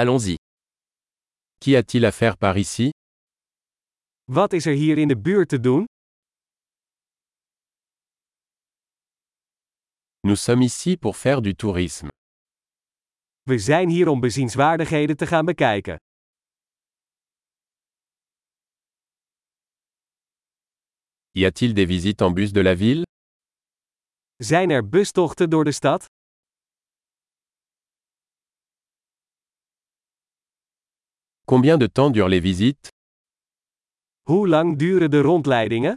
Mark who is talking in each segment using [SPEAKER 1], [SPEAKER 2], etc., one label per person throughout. [SPEAKER 1] Allons-y. Qu'y a-t-il à faire par ici
[SPEAKER 2] Wat is er hier in de buurt te doen?
[SPEAKER 1] Nous sommes ici pour faire du tourisme.
[SPEAKER 2] We zijn hier om bezienswaardigheden te gaan bekijken.
[SPEAKER 1] Y a-t-il des visites en bus de la ville
[SPEAKER 2] Zijn er bustochten door de stad?
[SPEAKER 1] Combien de temps durent les visites
[SPEAKER 2] Hoe lang duren de rondleidingen?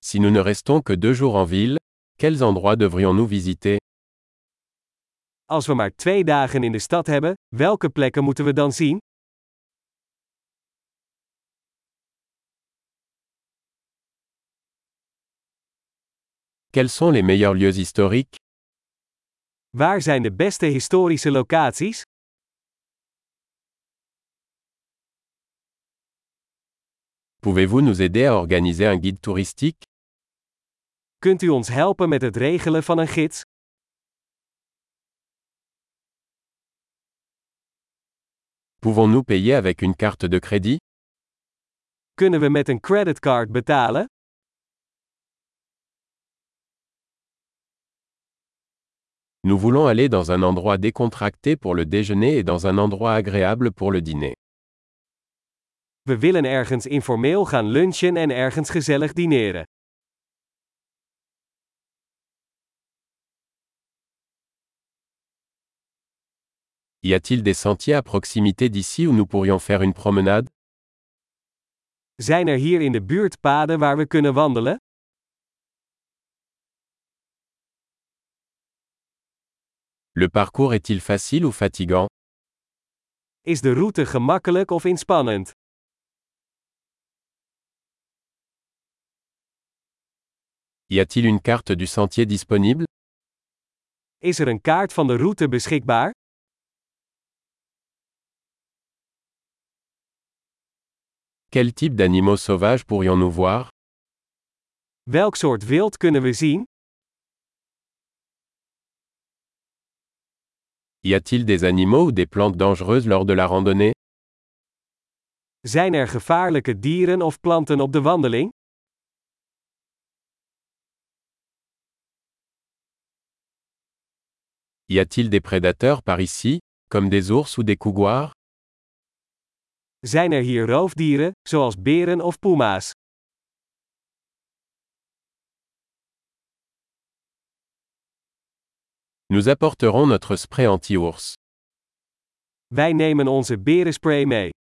[SPEAKER 1] Si nous ne restons que deux jours en ville, quels endroits devrions-nous visiter
[SPEAKER 2] Als we maar twee dagen in de stad hebben, welke plekken moeten we dan zien?
[SPEAKER 1] Quels sont les meilleurs lieux historiques
[SPEAKER 2] Waar zijn de beste historische locaties?
[SPEAKER 1] Pouvez-vous nous aider à organiser un guide touristique
[SPEAKER 2] Kunt u ons helpen met het regelen van een gids?
[SPEAKER 1] Pouvons-nous payer avec une carte de crédit
[SPEAKER 2] Kunnen we met een creditcard betalen?
[SPEAKER 1] Nous voulons aller dans un endroit décontracté pour le déjeuner et dans un endroit agréable pour le dîner.
[SPEAKER 2] We willen ergens informeel gaan lunchen en ergens gezellig dineren.
[SPEAKER 1] Y a-t-il des sentiers à proximité d'ici où nous pourrions faire une promenade
[SPEAKER 2] Zijn er hier in de buurt paden waar we kunnen wandelen?
[SPEAKER 1] Le parcours est-il facile ou fatigant
[SPEAKER 2] Is de route gemakkelijk of inspannend?
[SPEAKER 1] Y a-t-il une carte du sentier disponible
[SPEAKER 2] Is er een kaart van de route beschikbaar?
[SPEAKER 1] Quel type d'animaux sauvages pourrions-nous voir
[SPEAKER 2] Welk soort wild kunnen we zien?
[SPEAKER 1] Y a-t-il des animaux ou des plantes dangereuses lors de la randonnée
[SPEAKER 2] Zijn er gevaarlijke dieren of planten op de wandeling?
[SPEAKER 1] Y a-t-il des prédateurs par ici, comme des ours ou des couguars
[SPEAKER 2] Zijn er hier roofdieren, zoals beren of puma's?
[SPEAKER 1] Nous apporterons notre spray anti-ours.
[SPEAKER 2] Wij nemen onze berenspray mee.